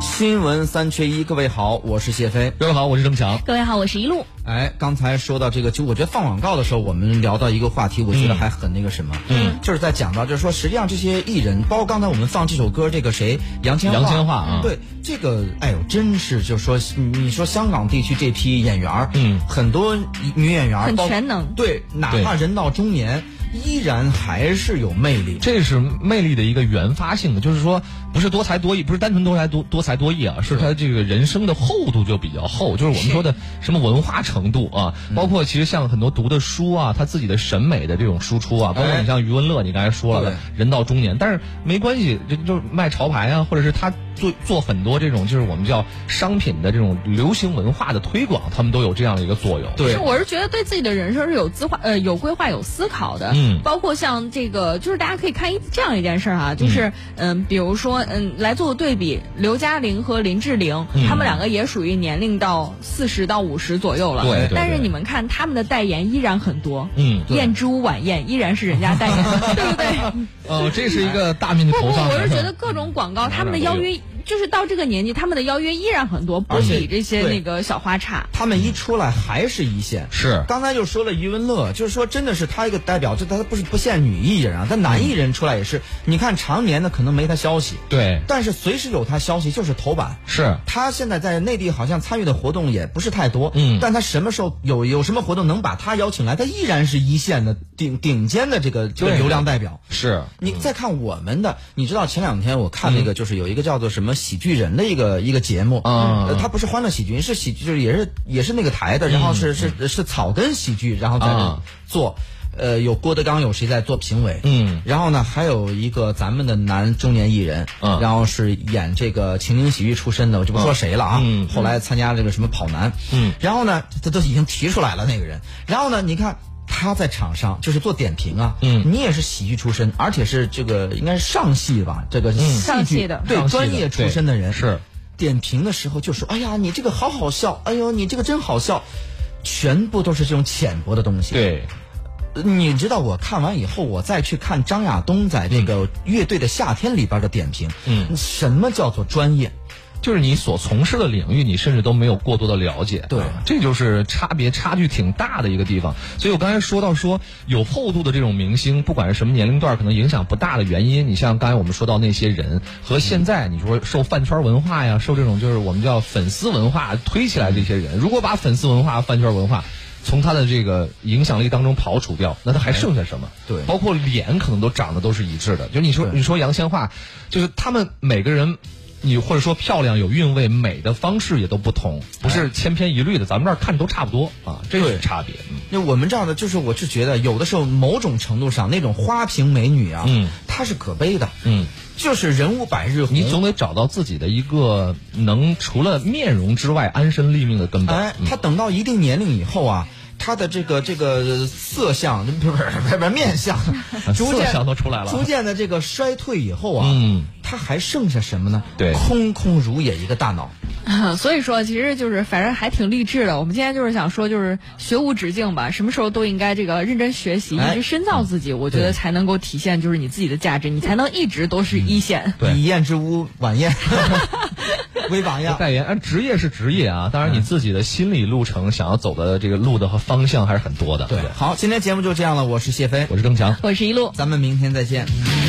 新闻三缺一，各位好，我是谢飞。各位好，我是郑强。各位好，我是一路。哎，刚才说到这个，就我觉得放广告的时候，我们聊到一个话题，我觉得还很那个什么，嗯，就是在讲到，就是说，实际上这些艺人，包括刚才我们放这首歌，这个谁，杨千杨千嬅啊对这个，哎呦，真是就说，你说香港地区这批演员，嗯，很多女演员很包全能对，哪对怕人到中年，依然还是有魅力。这是魅力的一个原发性的，就是说不是多才多艺，不是单纯多才多多才多艺嗯啊，是他这个人生的厚度就比较厚，就是我们说的什么文化程度啊，嗯包括其实像很多读的书啊，他自己的审美的这种输出啊，包括哎你像余文乐，你刚才说了对，人到中年，但是没关系，就就是卖潮牌啊，或者是他做做很多这种就是我们叫商品的这种流行文化的推广，他们都有这样的一个作用。对是，我是觉得对自己的人生是有规划，呃，有规划、有思考的。嗯包括像这个，就是大家可以看一这样一件事儿、啊、就是嗯、比如说嗯，来做个对比，刘嘉玲和林志玲，嗯他们两个也属于年龄到四十到五十左右了。对对但是对你们看他们的代言依然很多，嗯对燕之屋晚宴依然是人家 代言，对不对？呃，这是一个大面积不不，投放的。我是觉得各种广告，他们的邀约就是到这个年纪，他们的邀约依然很多，不而且比这些对那个小花差。他们一出来还是一线。是刚才就说了余文乐，就是说真的是他一个代表，这他不是不限女艺人啊，但男艺人出来也是，你看常年的可能没他消息，对但是随时有他消息就是头版。是。他现在在内地好像参与的活动也不是太多，嗯但他什么时候有有什么活动能把他邀请来，他依然是一线的顶顶尖的这个这个对流量代表。是你再看我们的，你知道前两天我看那个就是有一个叫做什么喜剧人的一个一个节目，嗯呃，它不是欢乐喜剧，是喜剧，就是也是也是那个台的，然后是是是草根喜剧，然后在那啊做，呃，有郭德纲有谁在做评委，嗯，然后呢还有一个咱们的男中年艺人，嗯然后是演这个情景喜剧出身的，我就不说谁了啊，嗯后来参加这个什么跑男，嗯，然后呢这都已经提出来了那个人，然后呢你看。他在场上就是做点评啊，嗯你也是喜剧出身，而且是这个应该是上戏吧，这个戏剧上戏的对嗯上戏的专业出身的人对是点评的时候就说，哎呀，你这个好好笑，哎呦，你这个真好笑，全部都是这种浅薄的东西。，对，你知道我看完以后，我再去看张亚东在这个乐队的夏天里边的点评，嗯，什么叫做专业？就是你所从事的领域，你甚至都没有过多的了解。对啊这就是差别差距挺大的一个地方。所以我刚才说到说有厚度的这种明星，不管是什么年龄段，可能影响不大的原因。你像刚才我们说到那些人和现在你说受饭圈文化呀，受这种就是我们叫粉丝文化推起来这些人，如果把粉丝文化、饭圈文化。从他的这个影响力当中刨除掉，那他还剩下什么？对包括脸可能都长得都是一致的。就你说对你说杨千嬅，就是他们每个人，你或者说漂亮、有韵味、美的方式也都不同，不是千篇一律的。咱们这儿看都差不多啊，这哎对是差别。嗯那我们这样的，就是我是觉得，有的时候某种程度上，那种花瓶美女啊，嗯，她是可悲的，嗯，就是人无百日红。你总得找到自己的一个能除了面容之外安身立命的根本。哎嗯，她等到一定年龄以后啊，她的这个这个色相， 不是不是不是不是面相， 逐渐色相都出来了逐渐的这个衰退以后啊，嗯，她还剩下什么呢？对空空如也一个大脑。嗯所以说，其实就是反正还挺励志的。我们今天就是想说，就是学无止境吧，什么时候都应该这个认真学习，哎一直深造自己，我觉对得才能够体现就是你自己的价值，你才能一直都是一线。对以燕之屋晚 宴，为榜样。代言，按啊职业是职业啊，当然嗯你自己的心理路程、想要走的这个路的和方向还是很多的。对，好，今天节目就这样了，我是谢飞，我是郑强。 我是一路。咱们明天再见。